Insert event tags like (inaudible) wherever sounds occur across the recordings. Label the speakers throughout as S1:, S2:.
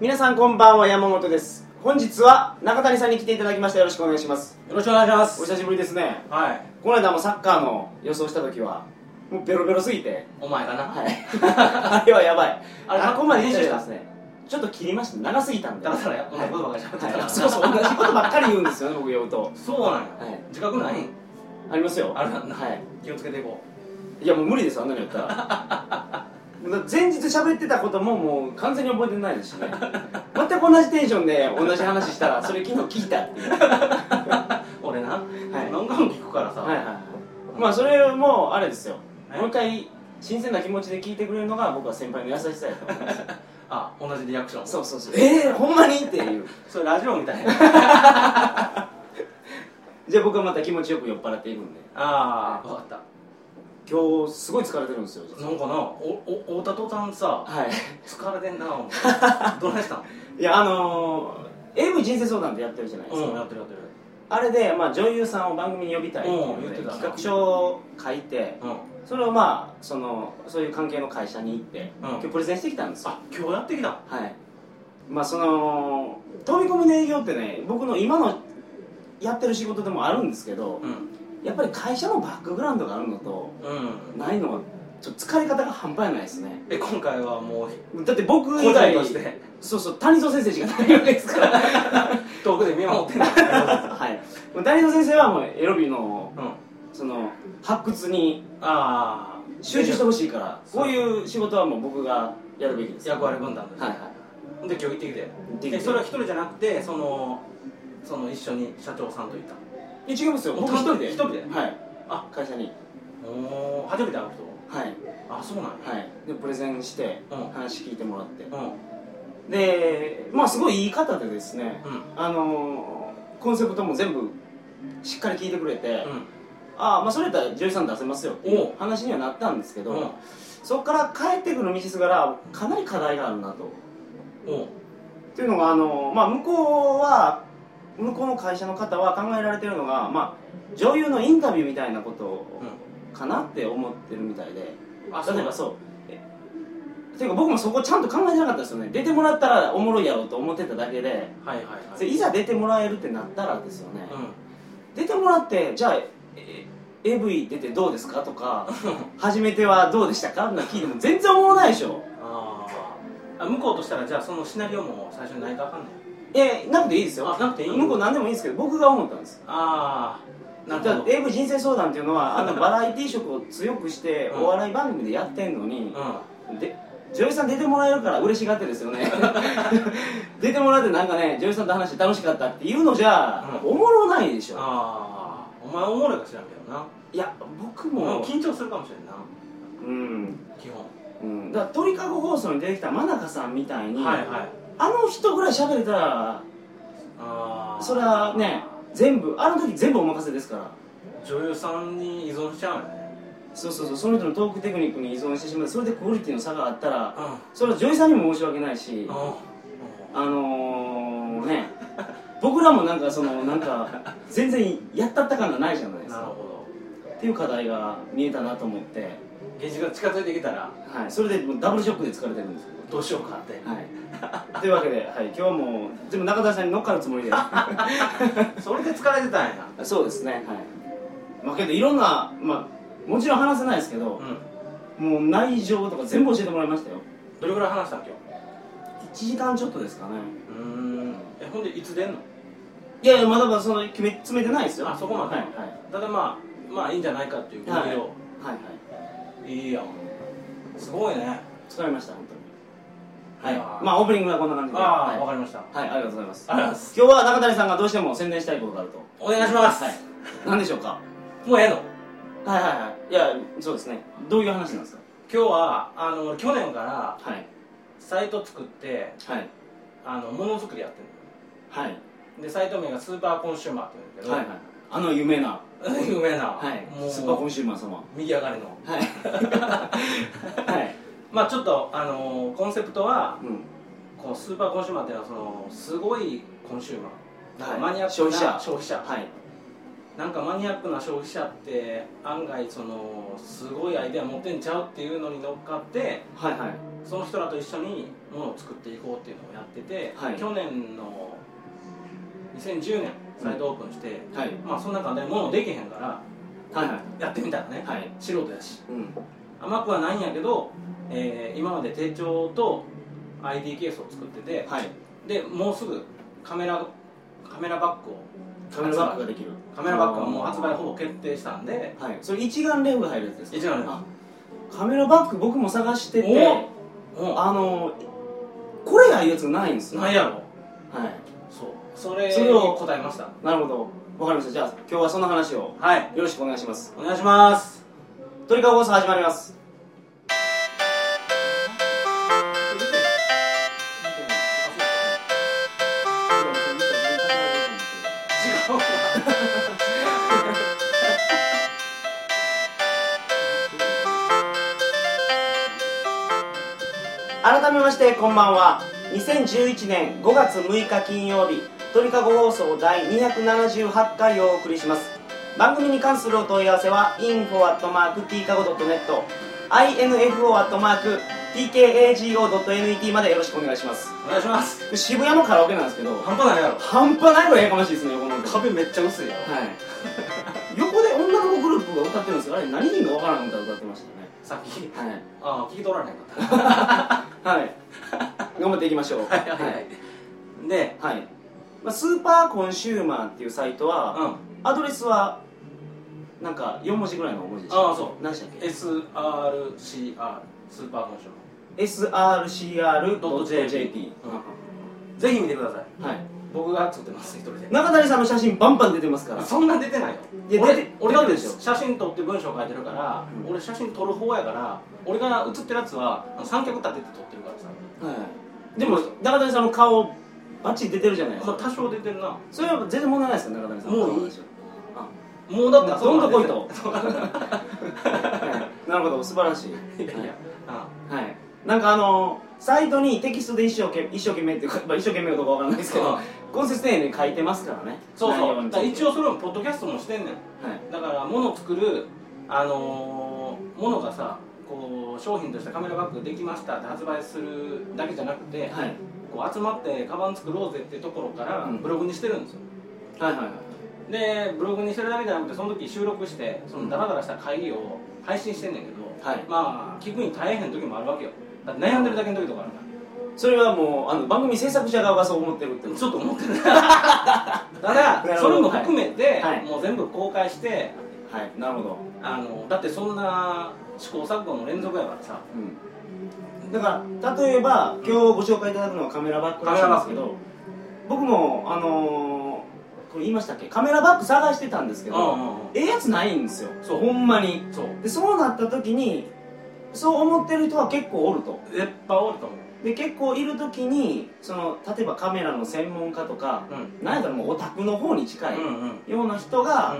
S1: 皆さんこんばんは山本です本日は中谷さんに来ていただきましたよろしくお願いします
S2: よろしくお願いしま
S1: お
S2: す
S1: 久しぶりですね
S2: はい
S1: この間もサッカーの予想した時はもうベロベロすぎて
S2: お前かな
S1: はい (laughs) あれはやばい
S2: あれ
S1: あここまで練習したんですねちょっと切りました長すぎたんで
S2: だからやこ
S1: は
S2: んないことばっかりしゃべってた
S1: はい (laughs) そうそう同じことばっかり言うんですよね僕酔うと
S2: そうなん
S1: はい
S2: や自覚ない
S1: ありますよ
S2: あるなんだ
S1: はい
S2: 気をつけていこ
S1: いやもう無理ですあんなのやったらだから前日喋ってたことももう完全に覚えてないですし (laughs) ね全く同じテンションで同じ話したらそれ昨日聞いたっていうはい
S2: う俺な
S1: はい
S2: 何回も聞くから
S1: はい
S2: さ
S1: はいまあそれもあれですよ
S2: はい
S1: もう一回新鮮な気持ちで聞いてくれるのが僕は先輩の優しさやと思います
S2: あ同じリアクション
S1: そうそうそうえー、ほんまにっていう
S2: それラジオみたいな
S1: じゃあ僕はまた気持ちよく酔っ払っているんで
S2: ああ分かった
S1: 今日すごい疲れてるんですよ実は
S2: なんかなおお太田とさんさ
S1: はい
S2: 疲れてんな思ってどないしたん
S1: いやあのー、AV 人生相談ってやってるじゃないですか、
S2: (laughs) うんやってるやってる
S1: あれで、まあ、女優さんを番組に呼びたいっていうの
S2: うん言っ
S1: で
S2: てたな
S1: 企画書を書いて
S2: うん
S1: それをまあそのそういう関係の会社に行って、
S2: うん
S1: 今日プレゼンしてきたんですよ
S2: あ今日やってきた
S1: はいまあその飛び込みの営業ってね僕の今のやってる仕事でもあるんですけど
S2: う、ん
S1: やっぱり会社のバックグラウンドがあるのと
S2: うん
S1: ないのはちょっと疲れ方が半端ないですね
S2: え今回はもう
S1: だって僕
S2: 個
S1: 以
S2: 人
S1: 外
S2: として
S1: そうそう谷蔵先生しかないわけですから
S2: (laughs) 遠くで見守ってんだ
S1: はいもう谷蔵先生はもうエロビの
S2: (laughs) うん
S1: その発掘に
S2: ああ
S1: 集中してほしいから
S2: そう
S1: こういう仕事はもう僕がやるべきです
S2: 役割分担で
S1: はいはい
S2: で今日行ってきて
S1: 行ってきて
S2: えそれは一人じゃなくてそのその一緒に社長さんと行った
S1: いや違いますよ僕一
S2: 一
S1: 人
S2: 人
S1: で
S2: で
S1: はい
S2: あ
S1: 会社に
S2: おお初めて会う
S1: はい
S2: 人あそうなんや
S1: はいでプレゼンして
S2: うん
S1: 話聞いてもらって
S2: うん
S1: でまあすごいいい方でですね
S2: うん
S1: あのーコンセプトも全部しっかり聞いてくれて、ああまあそれやったら女優さん出せますよっていう
S2: おう
S1: 話にはなったんですけど、
S2: うん
S1: そこから帰ってくる道すがらかなり課題があるなと
S2: うんうん
S1: っていうのがあの、まあ、向こうは向こうの会社の方は考えられてるのが、まあ、女優のインタビューみたいなことかなって思ってるみたいで
S2: あ
S1: 例えばそうえっていうか僕もそこちゃんと考えてなかったですよね出てもらったらおもろいやろうと思ってただけで
S2: うはいはいはい
S1: でいざ出てもらえるってなったらですよね、
S2: うん
S1: 出てもらってじゃあえ AV 出てどうですかと
S2: (laughs)
S1: か初めてはどうでしたかなんか聞いても全然おもろないでしょ
S2: あーあ向こうとしたらじゃあそのシナリオも最初にないとあかんねん
S1: えなくていいですよ
S2: あなくていい
S1: 向こう何でもいいんですけど僕が思ったんです
S2: ああな
S1: だ
S2: るほど
S1: AV 人生相談っていうのはあのバラエティー色を強くして
S2: うん
S1: お笑い番組でやってんのに、
S2: うん
S1: で女優さん出てもらえるから嬉しがってですよ
S2: (laughs)
S1: ね出てもらってなんかね女優さんと話して楽しかったっていうのじゃ、
S2: う
S1: おもろないでしょ
S2: ああお前おもろいか知らんけどない
S1: や僕
S2: もう
S1: も
S2: 緊張するかもしれんな
S1: うん、
S2: 基本
S1: うん、だから鳥かご放送に出てきた真中さんみたいに、
S2: はいはい
S1: あの人ぐらい喋れたら
S2: ああ
S1: それはね全部あの時全部お任せですから
S2: 女優さんに依存しちゃうよね
S1: そうそうそうその人のトークテクニックに依存してしまってそれでクオリティの差があったら
S2: うん
S1: それは女優さんにも申し訳ないし、
S2: うん
S1: あのー、ね、僕らもなんかそのなんか全然やったった感がないじゃないです
S2: なる
S1: か。
S2: ほ
S1: っていう課題が見えたなと思って、
S2: ど現実が近づいてきたら
S1: はい、それでもうダブルショックで疲れてるんですよ。
S2: どうしようかって
S1: はい。というわけで、はい、今日はもう全部中田さんに乗っかるつもりで。
S2: それで疲れてたんや
S1: (laughs) そうですね。はい。まあけどいろんなまあもちろん話せないですけ
S2: う
S1: ど、
S2: ん
S1: もう内情とか全部教えてもらいましたよ。
S2: どれぐらい話したん今日
S1: 1時間ちょっとですかね。
S2: うーんえほんでいつ出んの
S1: いやいやまだまだその決め詰めてないですよ。
S2: あそこま
S1: は
S2: で
S1: いはい
S2: ただまあまあいいんじゃないかっていう感じ
S1: は
S2: を
S1: いはい。
S2: いいやんすごいね
S1: 疲れました本当に。はいい
S2: やー、
S1: まあオープニングはこんな感じで、
S2: ああ
S1: はい
S2: わかりました
S1: はい、ありがとうございます。
S2: ありがとうございます
S1: 今日は中谷さんがどうしても宣伝したいことがあると。
S2: お願いします
S1: はい。何でしょうか。
S2: もうええの
S1: はいはいはい。いや、そうですね。どういう話なんですか。
S2: 今日はあの俺去年から
S1: はい。
S2: サイト作って
S1: はい。
S2: あのものづくりやってる
S1: はい。
S2: のでサイト名がスーパーコンシューマーって言うん
S1: はい
S2: だ。
S1: あの有名な。
S2: けど、 (laughs) 有名な、
S1: はい。
S2: もう
S1: スーパーコンシューマー様。
S2: 右上がりの
S1: はい。はい。
S2: まあちょっとあのコンセプトは
S1: うん。
S2: こうスーパーコンシューマーっていうのはそのすごいコンシューマー、
S1: はい
S2: マニアックな
S1: 消費者
S2: 消費者
S1: はい。
S2: なんかマニアックな消費者って案外そのすごいアイデア持ってんちゃうっていうのに乗っかって
S1: はいはい
S2: その人らと一緒にものを作っていこうっていうのをやってて、
S1: はい
S2: 去年の2010年サイトオープンして、
S1: はい
S2: まあその中でものできへんから
S1: はいはい
S2: やってみたらね、
S1: はい
S2: 素人やし
S1: うん
S2: 甘くはないんやけど、えー今まで手帳と ID ケースを作ってて、
S1: はい
S2: でもうすぐカメラカメラバッグを
S1: カメラバックができる
S2: カメラバッグはもう発売ほぼ決定したんで
S1: はいそれ一眼レフが入るやつですか
S2: 一眼レフ
S1: あカメラバッグ僕も探してて
S2: おお
S1: あのこれがいいやつないんですよ
S2: なんやろ
S1: はい
S2: そうそれ
S1: それを
S2: に答えました
S1: なるほどわかりましたじゃあ今日はその話を
S2: はい
S1: よろしくお願いします
S2: お願いします
S1: トリカゴ放送始まります
S2: 違うわ
S1: 改めましてこんばんは2011年5月6日金曜日鳥かご放送第278回をお送りします番組に関するお問い合わせは info.tkago.net info.tkago.net までよろしくお願いします
S2: お願いします
S1: 渋谷のカラオケなんですけど
S2: 半端ないやろ
S1: 半端ないぐらいやかましいですねこの歌
S2: めっちゃ薄いや
S1: はい横で女の子グループが歌ってるんですよあれ何人かわからん歌歌ってました
S2: さっき
S1: ねはい
S2: ああ聞き取られへんかっ
S1: はい。頑張っていきましょう。
S2: た
S1: (laughs)
S2: はいはいはいで
S1: はい。まあ、スーパーコンシューマーっていうサイト
S2: う
S1: は、
S2: ん
S1: アドレスは、なんか4文字ぐらいの文字でした。。
S2: ああそう
S1: 何でしたっけ
S2: SRCR スーパーコンシ
S1: ?srcr.jp。
S2: ョンぜひ見てください
S1: はい。
S2: 僕が作ってます一人で
S1: 中谷さんの写真バンバン出てますから。
S2: そんなん出てないよ
S1: いや出
S2: 俺
S1: て
S2: 俺
S1: 出
S2: だ
S1: て
S2: っ
S1: る
S2: て
S1: でしょ
S2: 写真撮って文章書いてるから、
S1: うん
S2: 俺写真撮る方やから俺が写ってるやつはあの三脚立てて撮ってるからさ、
S1: はい。でも、中谷さんの顔、バッチリ出てるじゃないです
S2: まあ、
S1: か。
S2: 多少出てるな
S1: それは全然問題ないですか、中谷さん。
S2: もういい
S1: あ
S2: もうだってあそ
S1: どんどん来い
S2: ま
S1: と。
S2: (laughs)
S1: はいなるほど、素晴らしい。
S2: でいやい
S1: はい
S2: やあ
S1: はい、なんかあのサイトにテキストで一生懸命一生懸命っていうか、まあ、一生懸命かどうかわからないですけど根節丁寧に書いてますからね
S2: そうそうだから
S1: 一
S2: 一
S1: 応
S2: 応それもポッドキャストもしてんねん
S1: はい
S2: だから物を作るあのー、物がさこう商品としてカメラバッグできましたって発売するだけじゃなくて、
S1: はい
S2: こう集まってカバン作ろうぜっていうところから
S1: うん
S2: ブログにしてるんですよ、
S1: はいはいはい
S2: でブログにしてるだけじゃなくてその時収録してそのダラダラした会議を配信してんねんけど、
S1: はい
S2: まあ聞くに大変な時もあるわけよだって悩んでるだけの時とかあるか
S1: それはもうあの番組制作者側がそう思ってるってこ
S2: ら
S1: と
S2: ちょっと思ってる
S1: な
S2: (laughs) た
S1: る
S2: だ
S1: ほ
S2: そ
S1: ど
S2: れも含めて、
S1: はい
S2: もう全部公開して
S1: はいなるほど、
S2: あのだってそんな試行錯誤の連続やからさ
S1: うん、だから例えば今日ご紹介いただくのはカメラバッグらしいんですけど僕もあのー、これ言いましたっけカメラバッグ探してたんですけ
S2: うん
S1: ど
S2: うん
S1: ええやつないんですよ
S2: そう
S1: ほんまに
S2: うんそう
S1: でそうなった時にそう思ってる人は結構おると
S2: やっぱおると思う
S1: で結構いる時にその例えばカメラの専門家とか
S2: うん
S1: 何やったらもうオタクの方に近い
S2: うんうん
S1: ような人が、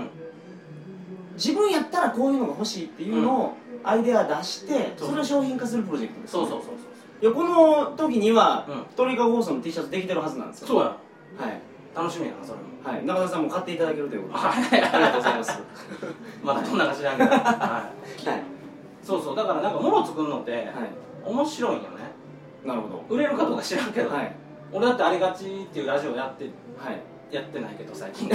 S1: 自分やったらこういうのが欲しいっていうのをアイデア出して
S2: そう
S1: それを商品化するプロジェクトです
S2: そうそうそう
S1: いやこの時には
S2: そううん
S1: トリカゴ放送の T シャツできてるはずなんですよ
S2: そうや
S1: はい、
S2: 楽しみやなそれも
S1: はい、中田さんも買っていただけるということであ
S2: はい
S1: りがとうございます、は
S2: まだどんなか知らんけ
S1: (laughs)
S2: ど、はい、
S1: い、はい
S2: そうそうだからなんか物作るのって、面白いんよね
S1: なるほど
S2: 売れるかどうか知らんけど、
S1: はい
S2: 俺だってあれがちっていうラジオやって
S1: はい
S2: やってないけど
S1: (laughs)
S2: 最近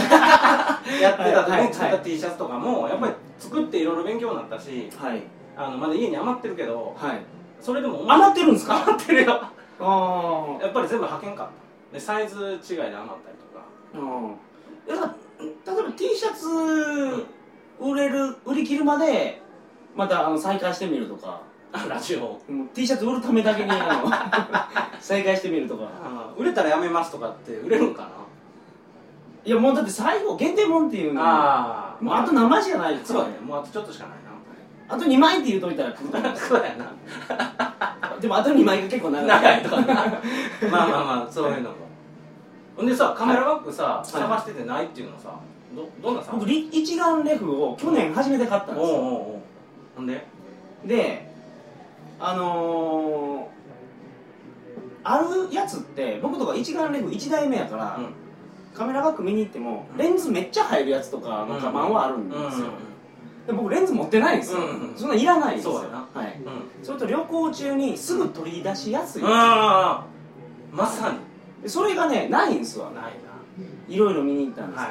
S2: やってた時に作った T シャツとかもやっぱり作っていろいろ勉強になったし
S1: はい
S2: あのまだ家に余ってるけど
S1: はい
S2: それでも
S1: 余ってるんですか
S2: 余ってる
S1: (laughs)
S2: よ
S1: ああ
S2: やっぱり全部履けんかったでサイズ違いで余ったりとか
S1: うんだから例えば T シャツ売れる売り切るまでまたあの再開してみるとか
S2: あラジオ
S1: もう T シャツ売るためだけにあの (laughs) 再開してみるとか
S2: あー売れたらやめますとかって売れるんか
S1: いやもうだって最後限定もんっていう
S2: な、
S1: のは
S2: ああ
S1: もうあと何枚しかないです
S2: そ
S1: よ
S2: うやねもうあとちょっとしかない
S1: あと2枚って言うといたら来ると思 (laughs)
S2: なそうやな
S1: うでもあと2枚が結構長い
S2: 長いとかまあまあまあそういうのもほんでさカメラバッグさ、探しててないっていうのさどどんなさ
S1: 僕り一眼レフを去年初めて買ったんです
S2: おう
S1: よ
S2: おうおうほんで
S1: であのーあるやつって僕とか一眼レフ1台目やから、
S2: う
S1: カメラバッグ見に行っても
S2: うん
S1: レンズめっちゃ入るやつとかのカバンはあるんですよ、で僕レンズ持ってないんですよ、
S2: うんうん
S1: そんなんいらないんですよ
S2: そうやな
S1: はい、
S2: うんうん
S1: それと旅行中にすぐ取り出しやすい、
S2: ああまさに
S1: でそれがねないんですわ
S2: ない
S1: いろいろ見に行ったん
S2: な
S1: です
S2: は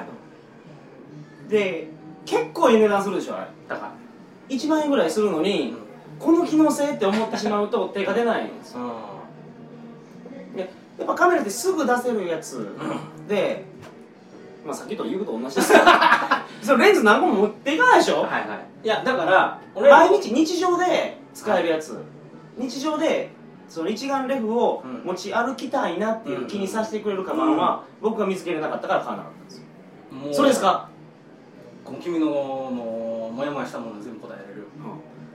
S1: け
S2: い
S1: ど、で結構いい値段するでしょあ
S2: だから
S1: れ1万円ぐらいするの
S2: う
S1: に、
S2: ん
S1: この機能性って思ってしまうと手が出ないんですよでやっぱカメラってすぐ出せるやつで、まあ、さっきと言うこと同じですけど (laughs) それレンズ何個も持っていかないでしょ、
S2: はいはいいやだから俺ら
S1: 毎日日常で使えるやつ、日常でその一眼レフを
S2: うん
S1: 持ち歩きたいなっていう気にさせてくれるカバンは、僕が見つけれなかったから買わなかったんですよ、
S2: もう
S1: それですか、
S2: この君のもうモヤモヤしたもの全部答えられる
S1: う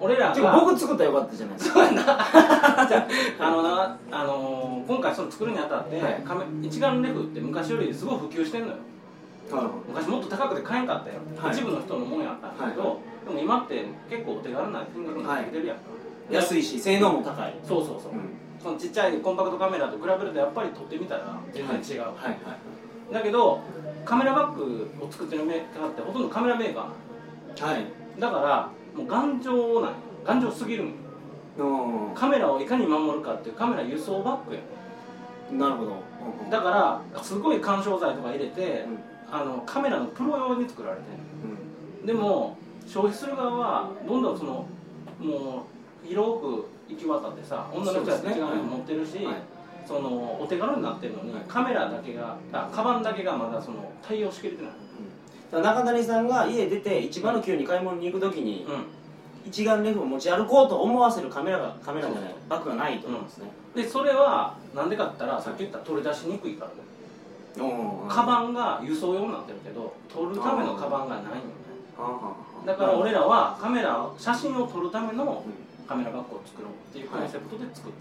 S2: 俺ら
S1: ん、て
S2: が
S1: か僕作ったらよかったじゃないですか
S2: (laughs) あのな、あのー今回その作るにあたって、
S1: はい
S2: カメ一眼レフって昔よりすごい普及してんのよ
S1: なるほ
S2: 昔もっと高くて買えんかったよ、
S1: はい
S2: 一部の人のもんやったんだけど、
S1: は
S2: でも今って結構お手軽な金額になってきてるやん、
S1: ど安いし性能も高い、
S2: そうそうそう、
S1: うん
S2: そのちっちゃいコンパクトカメラと比べるとやっぱり撮ってみたら全然違う、
S1: はいはい
S2: だけどカメラバッグを作ってるメーカーってほとんどカメラメーカーな
S1: はい
S2: のだからもう頑丈なんよ頑丈すぎるんよ
S1: うん
S2: カメラをいかに守るかっていうカメラ輸送バッグやん
S1: なるほど、
S2: だからすごい緩衝材とか入れて、
S1: うん
S2: あのカメラのプロ用に作られてる
S1: うん
S2: でも消費する側はどんどんそのもう広く行き渡ってさ女の人やって違うのも持ってるしそ,、
S1: はい
S2: のお手軽になってるのに、
S1: はい
S2: カメラだけがあカバンだけがまだその対応しきれてない、
S1: だから中谷さんが家出て1番の急に買い物に行くときに、
S2: う
S1: 一眼レフを持ち歩こうと思わせるカメラがカメラじゃない
S2: そう
S1: バッグがないと思うんですね、
S2: ん、でそれはなんでかって言ったらさっき言った取り出しにくいからね、カ
S1: ン
S2: バンが輸送用になってるけど取るためのカバンがないんよねだ
S1: だか
S2: か
S1: らら俺
S2: 俺らはカメラ写真を撮るためのカメラ学校を作ろうっていうコンセプトで作っ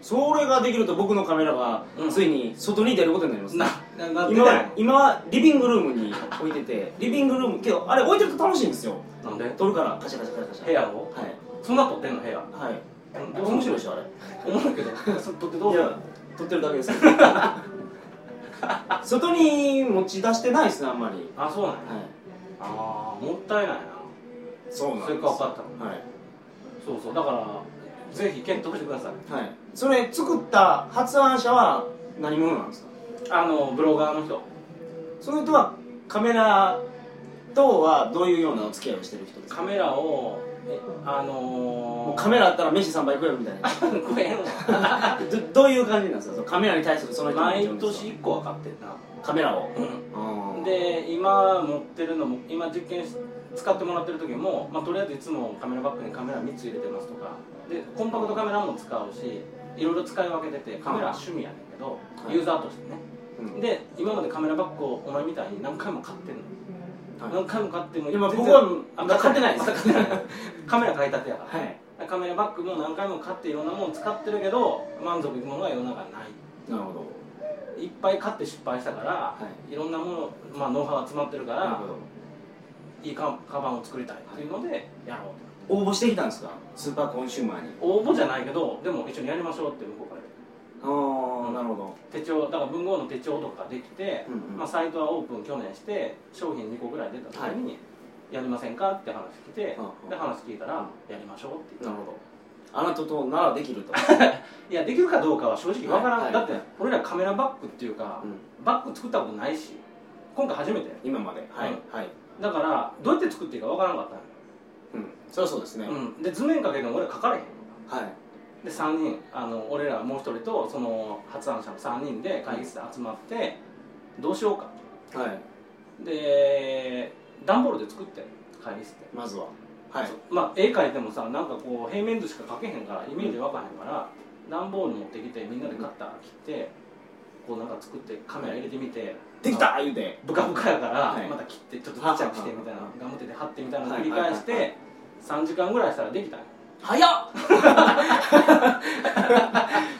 S1: それができると僕のカメラが
S2: うん
S1: ついに外に出ることになります、
S2: た、なななんで
S1: 今は今はリビングルームに置いてて (laughs) リビングルームけどあれ置いてると楽しいんですよ
S2: なんで
S1: 撮るからカシャカシャカシャカシャ
S2: 部屋を
S1: は
S2: そんな撮ってんの部屋
S1: いはい
S2: うんどう
S1: 面白いで
S2: し
S1: しょあれ
S2: おもろいけどそ撮ってどう
S1: い
S2: する
S1: や撮ってるだけ (laughs) です外に持ち出してないですねあんまり
S2: あそうなんや
S1: はい
S2: ああもったいないな
S1: そう
S2: それか分かった
S1: はい
S2: そうそうだからぜひ検討してください
S1: はい、それ作った発案者は何者なんですか
S2: あのブロガーの人
S1: その人はカメラとはどういうようなお付き合いをしてる人ですか
S2: カメラをえあ
S1: も
S2: の
S1: う
S2: ー、
S1: カメラあったら飯3杯食えるみた
S2: (laughs)
S1: いな
S2: ごめん
S1: どどういう感じなんですかそのカメラに対するその人の
S2: 毎
S1: 情熱は
S2: 年1個は買ってんな
S1: カメラを
S2: うん
S1: あー
S2: (laughs) で今持ってるのも今実験し使ってもらってる時も、まあ、とりあえずいつもカメラバッグにカメラ3つ入れてますとかでコンパクトカメラも使うしいろいろ使い分けててカメラは趣味やねんけど、
S1: はい
S2: ユーザーとしてね
S1: うん
S2: で今までカメラバッグをお前みたいに何回も買ってんの、
S1: はい
S2: 何回も買っても
S1: 今
S2: 全然
S1: 僕は
S2: あ
S1: まだ買ってないで
S2: ますだ買ってない (laughs) カメラ買いたてやから、
S1: はい
S2: カメラバッグも何回も買っていろんなもの使ってるけど満足いくものが世の中にない
S1: なるほど
S2: いっぱい買って失敗したから、、
S1: はい
S2: ろんなもの、まあ、ノウハウが詰まってるか
S1: なる
S2: ら
S1: ほど
S2: いいカカバンを作りたいっていうのでやろう
S1: 応募してきたんですかスーパーコンシューマーに
S2: と応募じゃないけどでも一緒にやりましょうって向こうから
S1: ああなるほど
S2: 手帳だから文豪の手帳とかできて、
S1: うんうん
S2: まあ、サイトはオープン去年して商品2個ぐらい出た時に、やりませんかって話来て、
S1: うんうん
S2: で話聞いたら、やりましょうって言
S1: な
S2: っ
S1: る
S2: た
S1: ほどあなたとならでき
S2: (laughs)
S1: ると、
S2: いやできるかどうかは正直わからん、
S1: はい
S2: だって俺らカメラバッグっていうか、
S1: うん
S2: バッグ作ったことないし今回初めて
S1: 今まではい、
S2: うん
S1: はい、
S2: だからどうやって作っていいかわからんかったのよ
S1: うん、そりゃそうですね、
S2: うん、で図面かけても俺書かれへん
S1: はい
S2: で3人あの俺らもう一人とその発案者の3人で会議室で集まってどうしようか
S1: はい
S2: で段ボールで作って会議室で、
S1: まずははい
S2: そうまあ絵描いてもさなんかこう平面図しか描けへんからイメージわかへんから段ボール持ってきてみんなでカッター切ってこうなんか作ってカメラ入れてみて
S1: できた言うて
S2: ブカブカやから、
S1: はい
S2: また切ってちょっとちっちゃくしてみたいな
S1: は
S2: ガムテで貼ってみたいなのを繰り返し
S1: はいはい
S2: て3時間ぐらいしたらできたんよ
S1: 早っ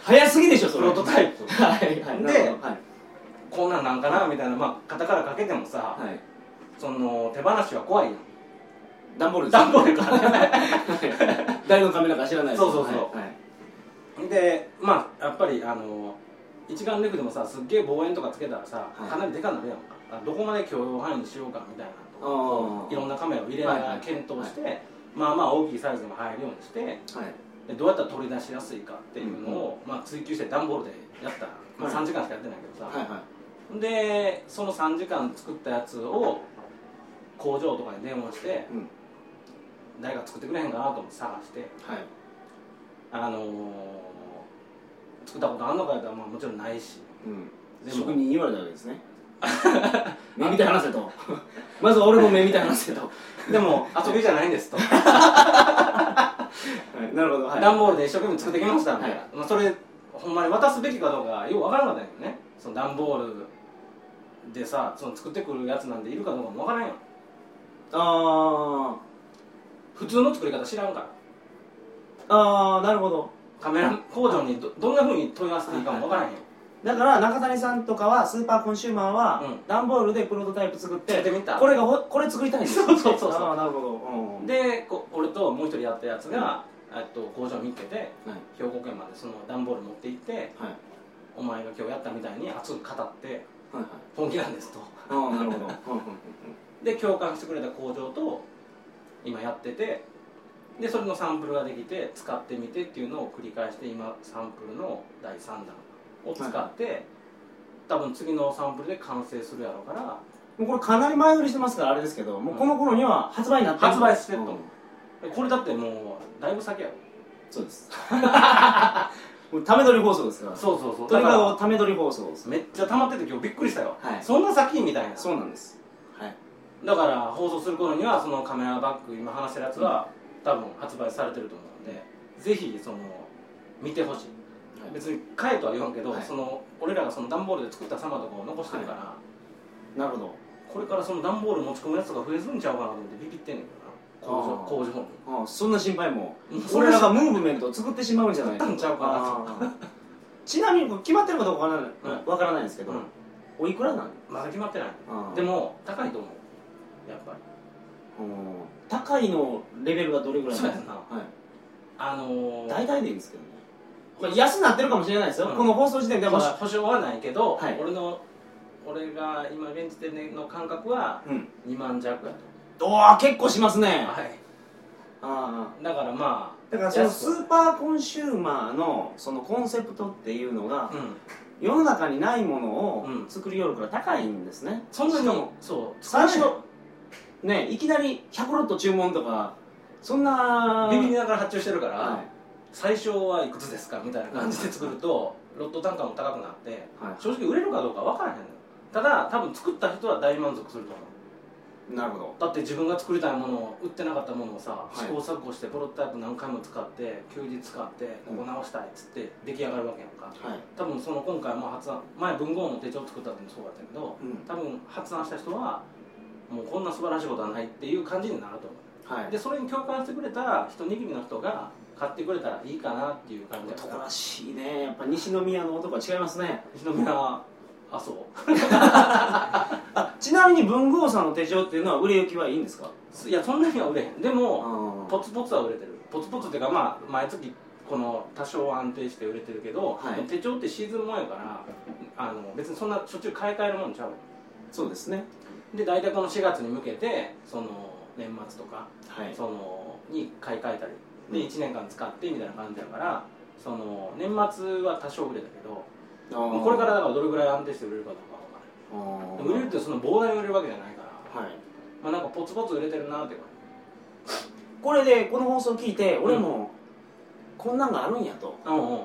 S1: 早すぎでしょそ
S2: プ
S1: れ
S2: ロトタイプ
S1: はいはい
S2: で
S1: なるほどはい
S2: こんなんなんかなみたいな、まあ、型からかけてもさ、
S1: はい
S2: その手放しは怖いやん
S1: 段ボールです
S2: 段ボールからね
S1: 誰のカメラか知らないです
S2: そうそうそう
S1: はいはい
S2: でまあやっぱりあの一眼レフでもさすっげえ望遠とかつけたらさ、
S1: はい
S2: かなりでかなるやんかあどこまで許容範囲にしようかみたいなとか
S1: ああ
S2: いろんなカメラを入れながら検討して、まあまあ大きいサイズも入るようにして
S1: はい
S2: でどうやったら取り出しやすいかっていうのを、まあ、追求して段ボールでやった、まあ、
S1: はい
S2: 3時間しかやってないけどさ、
S1: はいは
S2: でその3時間作ったやつを工場とかに電話して
S1: いうん
S2: 誰か作ってくれへんかなと思って探して
S1: はい
S2: あのー作ったことあんのかやったらまあもちろんないし
S1: うん
S2: でも
S1: 職人に言われたわけです (laughs) ね目見て話せとまずは俺の目見て話せと、は
S2: でも遊びじゃないんですと
S1: い、なるほどはい
S2: 段ボールで一生懸命作ってきましたみたいな、
S1: は
S2: まあ、それほんまに渡すべきかどうかよくわからなかったんやけどねその段ボールでさその作ってくるやつなんでいるかどうかもわからんよ
S1: あ
S2: 普通の作り方知らんから
S1: ーあーなるほど
S2: カメラ工場にどどんなふうに問い合わせていいかもわからへんよ
S1: だから中谷さんとかはスーパーコンシューマー
S2: う
S1: は
S2: ん
S1: 段ボールでプロトタイプ作って
S2: 作ってみた
S1: これがほこれ作りたいんです
S2: そうそうそうそう
S1: ああなるほど、うんうん、
S2: でこ俺ともう一人やったやつが、えっと工場見つけて
S1: はい
S2: 兵庫県までその段ボール持って行って
S1: はい
S2: お前が今日やったみたいに熱く語って
S1: はいはい
S2: 本気なんですと
S1: ああなる (laughs) ほどうんうん
S2: で共感してくれた工場と今やっててでそれのサンプルができて使ってみてっていうのを繰り返して今サンプルの第3弾を使って、多分次のサンプルで完成するやろうから
S1: うんもうこれかなり前売りしてますからあれですけどもうこの頃には発売になってる
S2: 発売してると思
S1: う
S2: う
S1: ん
S2: えこれだってもうだいぶ先やろ
S1: そうです (laughs) もうため撮り放送ですから
S2: そうそうそう
S1: と
S2: だ
S1: に
S2: か
S1: からくため撮り放送です
S2: めっちゃ溜まってて今日びっくりしたよ、
S1: はい
S2: そんな先みたいな
S1: そうなんですはい
S2: だから放送する頃にはそのカメラバッグ今話してるやつは多分発売されてると思うんでぜひその見てほしい別に買えとは言わんけど、
S1: はい
S2: その俺らがその段ボールで作った様とかを残してるから、
S1: なるほど
S2: これからその段ボール持ち込むやつが増えすんちゃうかなと思ってビビってんねんけどな
S1: あー
S2: 工場工場に
S1: ああそんな心配も
S2: うん
S1: 俺らがムーブメントを作ってしまうんじゃない
S2: 作ったんちゃうかな
S1: なちなみにこれ決まってるかどうかわからな
S2: う
S1: いわからないですけど、
S2: うん
S1: おいくらなん
S2: まだ決まってない
S1: あー
S2: でも高いと思うやっぱり
S1: うん高いのレベルがどれぐらい
S2: そう
S1: な
S2: や
S1: の
S2: な
S1: はい
S2: あのー、
S1: 大体でいいんですけどね、まあ、安なってるかもしれないですよ、
S2: うん
S1: この放送時点で
S2: で
S1: はま
S2: も
S1: だ
S2: 保証はないけど、
S1: はい
S2: 俺の俺が今現時点での感覚は
S1: うん
S2: 2万弱やと、
S1: おお結構しますねあ
S2: はい、
S1: あ
S2: だからまあ
S1: だからその
S2: 安
S1: ス
S2: くは
S1: ーパーコンシューマーのそのコンセプトっていうのが
S2: うん
S1: 世の中にないものを
S2: うん
S1: 作りよるから高いんですね、
S2: そんな
S1: しか
S2: に
S1: も
S2: そう
S1: 最
S2: 最
S1: 初
S2: 初
S1: ねいきなり100ロット注文とかそんな
S2: ビビりながら発注してるから、
S1: は
S2: 最初はいくつですかみたいな感じで作るとロット単価も高くなって
S1: い、は
S2: 正直売れるかどうか分からへんのよただ多分作った人は大満足すると思う
S1: い、なるほど
S2: だって自分が作りたいものを売ってなかったものをさ、
S1: い
S2: 試行錯誤してプロトタイプ何回も使って休日使ってここ直したいっつって出来上がるわけやんか
S1: はい、
S2: 多分その今回も発案前文豪の手帳作った時もそうだったけど
S1: うん
S2: 多分発案した人はもうこんな素晴らしいことはないっていう感じになると思う
S1: はい、
S2: でそれに共感してくれた一握りの人が買ってくれたらいいかなっていう感じだ
S1: 男
S2: から
S1: らしいねやっぱ西宮の男は違いますね
S2: 西宮はあそう
S1: あちなみに文豪さんの手帳っていうのは売れ行きはいいんですか
S2: すいやそんなには売れへんでも
S1: あ
S2: ポツポツは売れてるポツポツっていうかまあ毎月この多少は安定して売れてるけど、
S1: はい
S2: でも手帳ってシーズンもんやからあの別にそんなしょっちゅう買い替えるもんちゃう
S1: そうですね
S2: で大体この4月に向けてその年末とか
S1: はい
S2: そのに買い替えたり
S1: うん
S2: で1年間使ってみたいな感じだからその年末は多少売れたけど
S1: あー
S2: これからだからどれぐらい安定して売れるかどうかわから
S1: あー
S2: ない売れるってその膨大に売れるわけじゃないから、
S1: はい
S2: まあ、なんかポツポツ売れてるなっていうか
S1: これでこの放送聞いて俺もこんなんがあるんやと、
S2: うんうんっ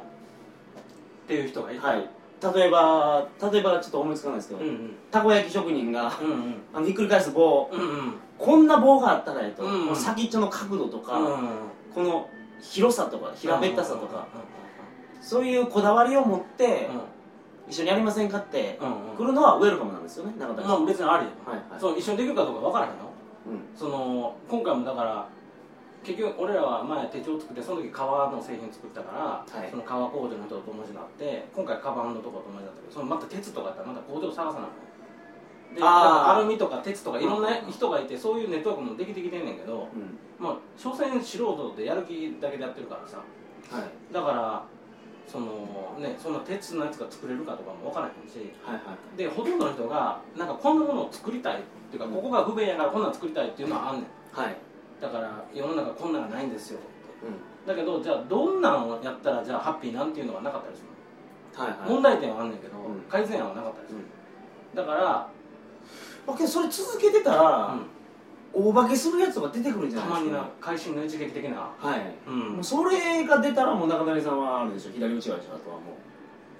S2: ていう人がいる、
S1: はい、例えば例えばちょっと思いつかないですけど、
S2: うんうん
S1: たこ焼き職人が
S2: うんうん
S1: あのひっくり返す棒
S2: うんうん
S1: こんな棒があったらえと、
S2: うん
S1: この先っちょの角度とか、
S2: うん
S1: この広さとか平べったさとか、
S2: う
S1: そういうこだわりを持って、
S2: んうん
S1: 一緒にやりませんかって、
S2: うんうん
S1: 来るのはウェルカムなんですよね中谷
S2: ま
S1: さん、
S2: あ別にありよ、
S1: はいはい
S2: そう一緒にできるかどうかわからへんの
S1: うん
S2: その今回もだから結局俺らは前手帳作ってその時革の製品作った
S1: は
S2: から、
S1: い
S2: その革工場の人と友達になって今回カバンのとこと友達になったけどそのまた鉄とかやったらまた工場探さなあかん
S1: あー
S2: でだからアルミとか鉄とかいろんな
S1: うん
S2: 人がいてそういうネットワークもできてきてんねんけど
S1: うん
S2: まあ所詮素人でやる気だけでやってるからさ
S1: はい
S2: だからそのねそんな鉄のやつが作れるかとかも分からへんし
S1: はいはい
S2: でほとんどの人がなんかこんなものを作りたいっていうかここが不便やからこんなん作りたいっていうのはあんねん
S1: はい
S2: だから世の中こんなんがないんですよだけどじゃあどんなんをやったらじゃあハッピーなんていうのがなかったりする
S1: はい
S2: の、
S1: はい
S2: 問題点はあんねんけど、
S1: うん
S2: 改善案はなかったりす
S1: う
S2: る、
S1: ん
S2: だから、
S1: まあけどそれ続けてたら
S2: うん
S1: 大化けするやつが出てくるんじゃ
S2: た
S1: な
S2: ま
S1: いで
S2: に
S1: す
S2: な
S1: か
S2: 会心の一撃的な、
S1: はい
S2: うん
S1: もうそれが出たらもう中谷さんはあるでしょ左打ちがでしょあとはも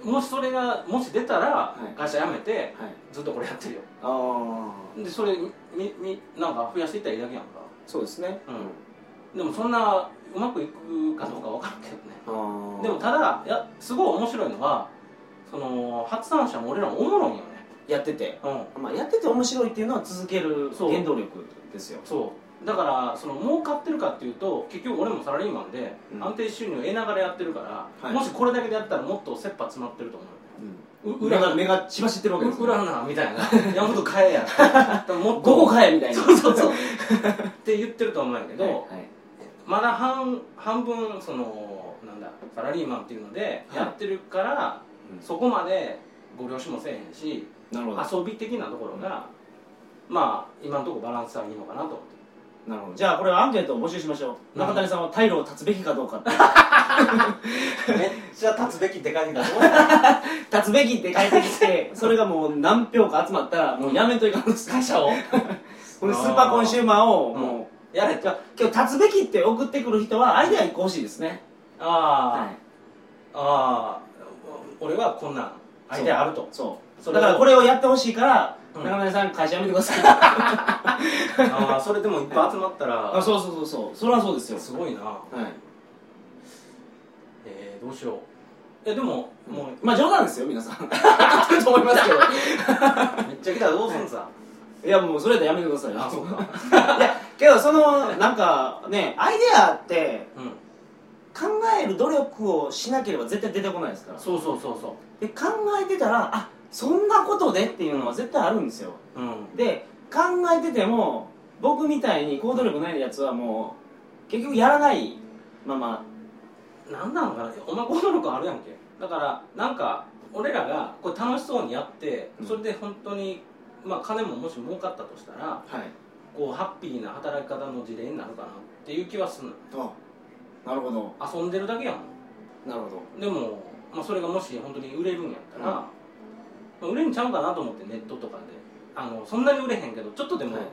S1: う
S2: もしそれがもし出たら
S1: はい
S2: 会社辞めて
S1: はい
S2: ずっとこれやってるよ
S1: ああ
S2: でそれみみなんか増やしていったらいいだけやんか
S1: そうですね
S2: うんでもそんなうまくいくかどうか分からんけどね
S1: ああ
S2: でもただいやすごい面白いのはその発案者も俺らもおもろいんよね
S1: やってて
S2: うん
S1: まあやってて面白いっていうのは続ける
S2: そう
S1: 原動力ですよ
S2: そうだからその儲かってるかっていうと結局俺もサラリーマンで
S1: うん
S2: 安定収入を得ながらやってるから、
S1: はい
S2: もしこれだけでやったらもっと切羽詰まってると思う
S1: うん
S2: う裏
S1: 目が目が血走ってるわけです
S2: うらなみたいな
S1: (laughs)
S2: 「山本買えや」もっと
S1: 午後かえみたいな
S2: そうそ
S1: (laughs)
S2: うそうって言ってると思うんやけど、
S1: はいはい
S2: まだ半半分そのなんだサラリーマンっていうので
S1: はい
S2: やってるから、
S1: うん
S2: そこまでご了承もせえへんし
S1: なるほど
S2: 遊び的なところが、まあ今のところバランスはいいのかなと思って
S1: なるほどじゃあこれはアンケートを募集しましょう
S2: うん
S1: 中谷さんは退路を断つべきかどうか (laughs) って
S3: めっちゃ立つべきでかいんだと思
S1: 断つべきって書いてきて (laughs) それがもう何票か集まったらもうやめといかんです
S2: 会 (laughs) 社を
S1: このスーパーコンシューマーを
S2: うん
S1: も
S2: やれ
S1: うじゃあ今日立つべきって送ってくる人はアイデア一個欲しいですね
S2: ああ、
S1: はい
S2: ああ俺はこんなんアイデアあると
S1: そう
S2: そ
S1: だ
S2: れを
S1: からこれをやってほしいから
S2: うん
S1: 中谷さん会社辞めてください
S2: ああそれでもいっぱい集まった (laughs) ら
S1: あそうそうそうそうそれはそうですよ
S2: すごいな
S1: はい
S2: えー、どうしようえでも、もう
S1: まあ冗談ですよ皆さんやってると思いますけど
S2: (laughs) めっちゃ来たらどうすんさ、
S1: いやもうそれでやめてくださいよ
S2: あそうか
S1: いやけどそのなんかねアイデアって
S2: うん
S1: 考える努力をしなければ絶対出てこないですから
S2: そうそうそうそ
S1: で考えてたらあそんなことでっていうのは絶対あるんですよ
S2: ううん
S1: で考えてても僕みたいに行動力ないやつはもう結局やらないまま
S2: なんなのかなお前行動力あるやんけだからなんか俺らがこれ楽しそうにやって
S1: うん
S2: それで本当にまあ金ももし儲かったとしたら
S1: はい
S2: こうハッピーな働き方の事例になるかなっていう気はする
S1: あなるほど
S2: 遊んでるだけやもん
S1: なるほど
S2: でも、まあ、それがもし本当に売れるんやったら、
S1: うん
S2: まあ売れんちゃうかなと思ってネットとかであのそんなに売れへんけどちょっとでも、
S1: はい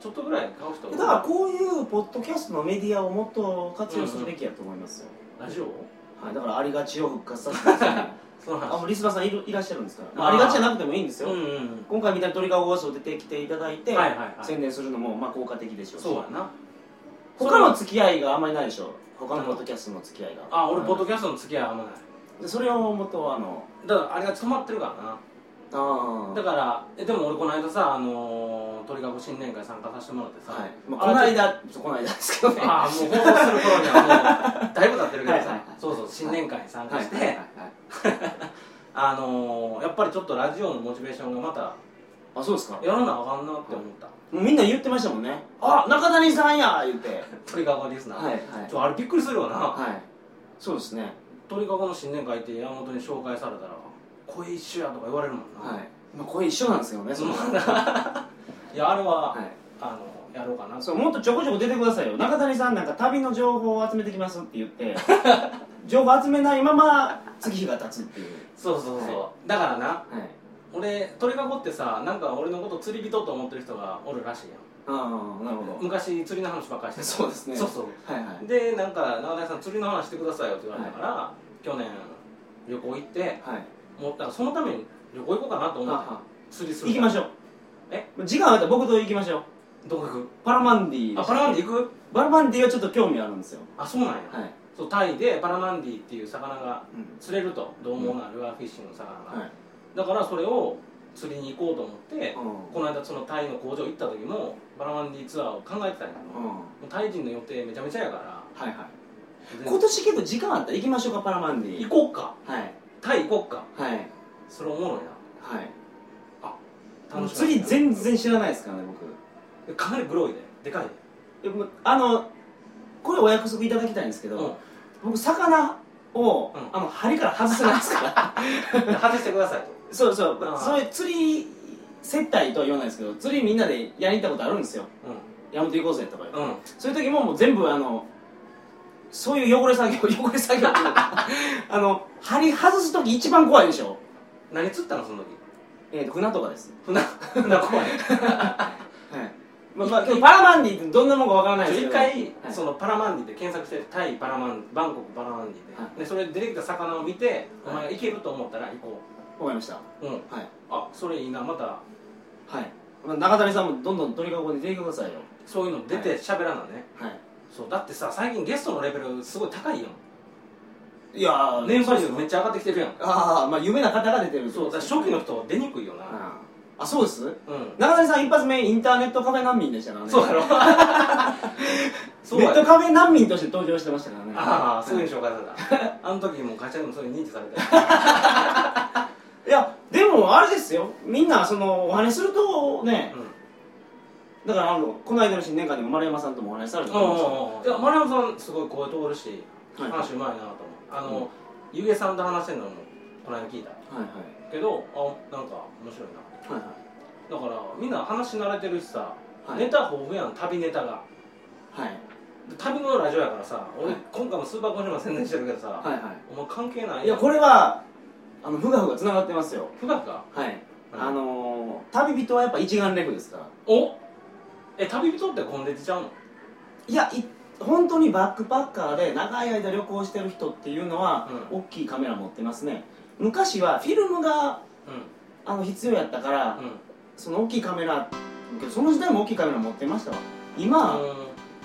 S2: ちょっとぐらい買う人
S1: だからこういうポッドキャストのメディアをもっと活用するべきやと思いますよ、
S2: ラジオ
S1: はい、だからありがちを復活させてくださ
S2: (laughs)
S1: い
S2: その
S1: あも
S2: 話
S1: うリスナーさんいるいらっしゃるんですから、まあ、
S2: あ
S1: あ
S2: ー
S1: りがちじゃなくてもいいんですよ、
S2: うんうんうん
S1: 今回みたいに鳥川放送出てきていただいて、
S2: はいはいはい
S1: 宣伝するのもまあ効果的でしょうし
S2: そうやな
S1: 他の付き合いがあんまりないでしょ他のポッドキャストの付き合いが
S2: あ俺ポッド
S1: キ
S2: キャストの付き合いあんまない
S1: ャそれをもとあの
S2: だからあれが止まってるから
S1: あ
S2: な
S1: だ
S2: だ
S1: か
S2: からえでも俺この間さあのー、鳥かご新年会参加させてもらってさ、
S1: ら、はいまあ、この間ちょこの間ですけどね
S2: あーもう放送する頃にはもうだいぶ経ってるけどさ、
S1: はいはいはい
S2: そうそう新年会に参加
S1: はい
S2: して、
S1: はいはいはい
S2: あのー、やっぱりちょっとラジオのモチベーションがまた
S1: あそうですか
S2: やらなあかんなって思った、
S1: もうみんな言ってましたもんねあ中谷さんや言って
S2: 鳥かごリスナー、
S1: はいはい
S2: ちょあれびっくりするよな、
S1: はいそうですね
S2: 鳥かごの新年会って山本に紹介されたら「声一緒や」とか言われるもんな、
S1: はい、まあ、これ一緒なんですけどねその (laughs)
S2: い、やあれは、
S1: はい
S2: あのやろうかな
S1: そうもっとちょこちょこ出てくださいよ中谷さんなんか旅の情報を集めてきますって言って (laughs) 情報集めないまま月日が経つっていう
S2: そうそうそう、だからな
S1: はい
S2: 俺鳥かごってさなんか俺のこと釣り人と思ってる人がおるらしいやん
S1: ああなるほど
S2: 昔釣りの話ばっかりしてた
S1: そうですね
S2: そうそう
S1: はいはい
S2: でなんか中谷さん釣りの話してくださいよって言われたから、去年旅行行って
S1: はい
S2: もうだからそのために旅行行こうかなと思って
S1: あ
S2: 釣りする
S1: 行きま
S2: ょ
S1: しょう
S2: え
S1: 時間あったら僕と行きましょう
S2: うどこ行く
S1: パラマンディ
S2: あパラマンディ行く
S1: パラマンディはちょっと興味あるんですよ
S2: あそうなんや、
S1: はい、
S2: そうタイでパラマンディっていう魚が
S1: うん
S2: 釣れると獰猛なルアーフィッシングの魚が、
S1: はい
S2: だからそれを釣りに行こうと思って、
S1: う
S2: この間そのタイの工場行った時もパラマンディツアーを考えてたんやけど、
S1: んう
S2: も
S1: んは
S2: うタイ人の予定めちゃめちゃやから
S1: いはい
S2: 全然
S1: 今年結構時間あったら行きましょうかパラマンディ
S2: 行こっか
S1: はい
S2: タイ行こっか
S1: はい
S2: それおもろい
S1: はい
S2: な楽しみ
S1: 釣り全然知らないですからね僕
S2: かなりグロいででかいで
S1: でもあのこれお約束いただきたいんですけど、
S2: うん
S1: 僕魚を、
S2: うん
S1: あの針から外せないですから
S2: (laughs) (laughs) 外してくださいと
S1: そうそう
S2: あー
S1: そういう釣り接待とは言わないですけど釣りみんなでやりに行ったことあるんですよやめていこうぜとか言って
S2: うんうん
S1: そういう時ももう全部あのそういう汚れ作業 (laughs) 汚れ作業っていうか (laughs) あの針外す時一番怖いでしょ、
S2: 何釣ったのその時
S1: えー、と船とかです、
S2: 船船怖い
S1: はいまあまあ、でもパラマンディってどんなもんかわからないですけ
S2: 一
S1: ど
S2: 回
S1: はい
S2: そのパラマンディで検索してタイパラマンバンコクパラマンディで,、
S1: はい
S2: でそれで出てきた魚を見て、
S1: はい
S2: お前がいけると思ったら行こ
S1: わかりました
S2: ううん
S1: はい
S2: あそれいいなまた
S1: はい、まあ、中谷さんもどんどん鳥かごに出てくださいよ
S2: そういうの出て喋らなね、
S1: はい
S2: そうだってさ最近ゲストのレベルすごい高いやん
S1: いやー
S2: 年配数めっちゃ上がってきてるやん
S1: ああまあ有名な方が出てる
S2: そうだから初期の人は出にくいよ
S1: あ
S2: な
S1: ーあそうです
S2: うん
S1: 中谷さん一発目インターネットカフェ難民でしたからね
S2: そうやろ (laughs) そう
S1: ネ
S2: や
S1: ット
S2: ろ
S1: カフェ難民として登場してましたからね
S2: ああそういう紹介された (laughs) あの時もうガチャでもそういう認知
S1: (laughs)
S2: されたよ
S1: いやでもあれですよみんなそのお話するとね、だからあのこの間の新年会でも丸山さんともお話しされ
S2: う
S1: た
S2: ん
S1: と思うんですよ
S2: いや丸山さんすごい声通るし
S1: はい
S2: 話うまいなと思うあの、ゆげさんと話してるのもこの間聞いた
S1: はい
S2: けどあなんか面白い
S1: は
S2: な
S1: いはいはい
S2: だからみんな話慣れてるしさ、
S1: はい
S2: ネタ豊富やん旅ネタが
S1: はい
S2: で旅のラジオやからさ俺、
S1: はい
S2: 今回もスーパーコンシューマー宣伝してるけどさ、
S1: はいは
S2: お前関係な
S1: い
S2: い
S1: いやこれはあのふがふがつながってますよ
S2: 不学か
S1: はい、
S2: うん
S1: あのー、旅人はやっぱ一眼レフですから
S2: おえ旅人ってコンデジちゃうの
S1: いやい本当にバックパッカーで長い間旅行してる人っていうのは、
S2: う
S1: 大きいカメラ持ってますね昔はフィルムが
S2: う
S1: あの必要やったから、
S2: んうん
S1: その大きいカメラけどその時代も大きいカメラ持ってましたわ今、
S2: うん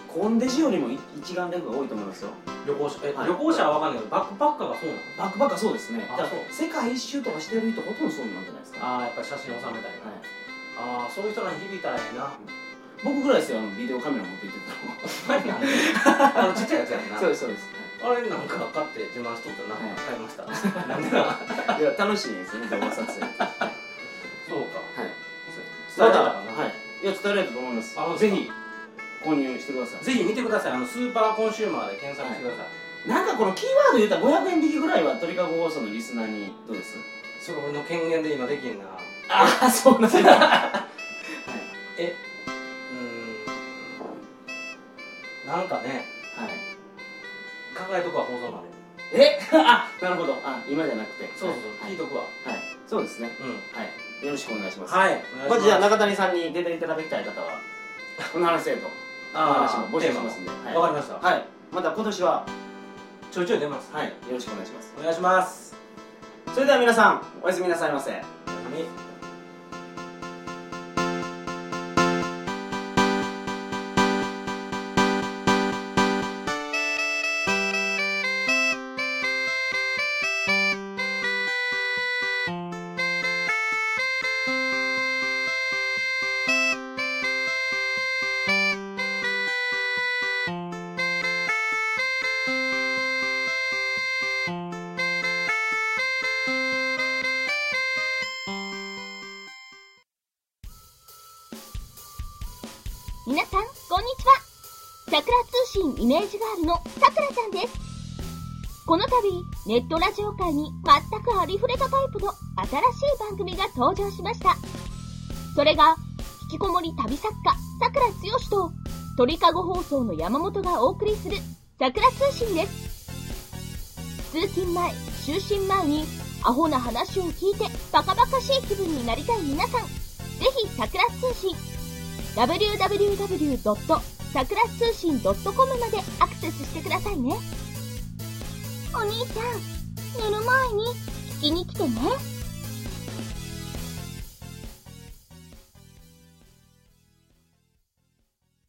S1: コンデジよりもい一眼レフが多いと思いますよ
S2: 旅行者え、
S1: はい
S2: 旅行者は分かんないけどバックパッカーがそうな
S1: バ
S2: の
S1: ックパッカーそうですね
S2: あ
S1: だか
S2: そう
S1: ら世界一周とかしてる人ほとんどそうなんじゃないですか、は
S2: ああやっぱり写真収めたり
S1: い、
S2: な、ああそういう人らに響いたらいい (laughs) な
S1: 僕ぐらいですよあのビデオカメラ持って行って
S2: あのちっちゃいやつやん
S1: た
S2: な
S1: のそうですそうです、
S2: あれなんか買って自慢しとったな、
S1: はい
S2: 買いました (laughs) なんでな
S1: はい、いや楽しいですね動画撮影はい
S2: そう
S1: ま
S2: か伝え
S1: だ
S2: たか
S1: は
S2: な
S1: いいや伝えられたと思います
S2: あ
S1: ぜひ購入してくださ
S2: ぜひ見てくださいあのスーパーコンシューマーで検索してくださ
S1: い
S2: い、
S1: なんかこのキーワード言うたら500円引きぐらいは鳥かご放送のリスナーにどうです
S2: それ俺の権限で今できんな
S1: ああそうなんだ
S2: えうーんなんかね
S1: はい
S2: 考えとくわ放送まで
S1: え (laughs) あなるほどあ今じゃなくて
S2: そうそうそう、
S1: はい
S2: 聞いとくわ
S1: はいそうですね
S2: うん
S1: はいよろしくお願いします
S2: はい
S1: まずじゃあ
S2: な
S1: 中谷さんに出ていただきたい方はこの話せとお話
S2: あ
S1: も
S2: ー
S1: 募集しますんで
S2: テーマ
S1: は
S2: わか
S1: い
S2: りました、
S1: はいまた今年は
S2: ちょいちょい出ます
S1: はいよろしくお願いします
S2: お願いします
S1: それでは皆さんおやすみなさいませ
S4: 皆さん、こんにちは。桜通信イメージガールのさくらちゃんです。この度、ネットラジオ界に全くありふれたタイプの新しい番組が登場しました。それが、引きこもり旅作家、さくらつよしと、鳥かご放送の山本がお送りする、さくら通信です。通勤前、就寝前に、アホな話を聞いて、バカバカしい気分になりたい皆さん、ぜひ、さくら通信、www. さくら通信 .com までアクセスしてくださいね。お兄ちゃん、寝る前に聞きに来てね。